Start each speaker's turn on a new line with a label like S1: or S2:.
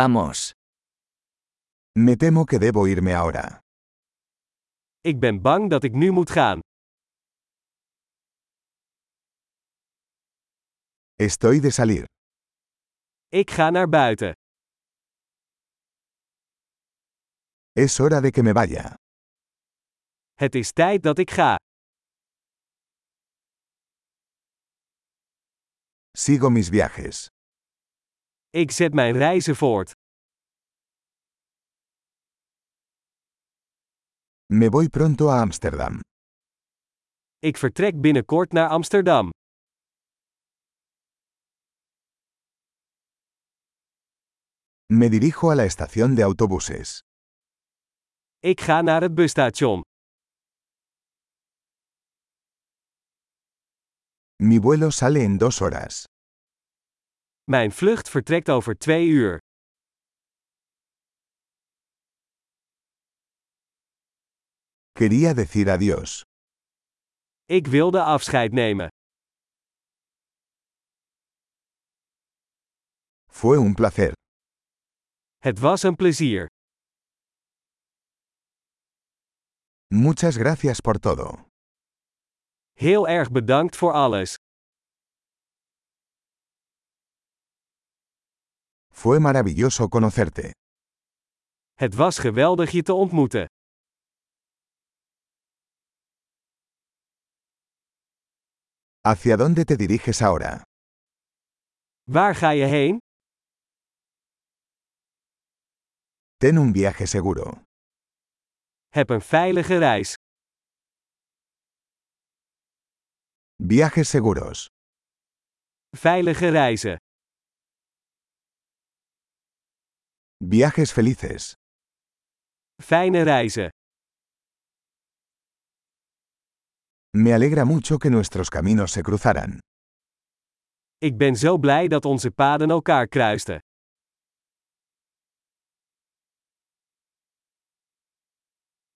S1: Vamos.
S2: Me temo que debo irme ahora.
S3: Ik ben bang dat ik nu moet gaan.
S2: Estoy de salir.
S3: Ik ga naar buiten.
S2: Es hora de que me vaya.
S3: Het is tijd dat ik ga.
S2: Sigo mis viajes.
S3: Ik zet mijn reizen voort.
S2: Me voy pronto a Ámsterdam.
S3: Ik vertrek binnenkort naar Amsterdam.
S2: Me dirijo a la estación de autobuses.
S3: Ik ga naar het busstation.
S2: Mi vuelo sale en dos horas.
S3: Mijn vlucht vertrekt over twee uur.
S2: Quería decir adiós.
S3: Ik wilde afscheid nemen.
S2: Fue un placer.
S3: Het was een plezier.
S2: Muchas gracias por todo.
S3: Heel erg bedankt voor alles.
S2: Fue maravilloso conocerte.
S3: Het was geweldig je te ontmoeten.
S2: ¿Hacia dónde te diriges ahora?
S3: Waar ga je heen?
S2: Ten un viaje seguro.
S3: Heb een veilige reis.
S2: Viajes seguros.
S3: Veilige reizen.
S2: Viajes felices.
S3: Fijne reizen.
S2: Me alegra mucho que nuestros caminos se cruzaran.
S3: Ik ben zo blij dat onze paden elkaar kruisten.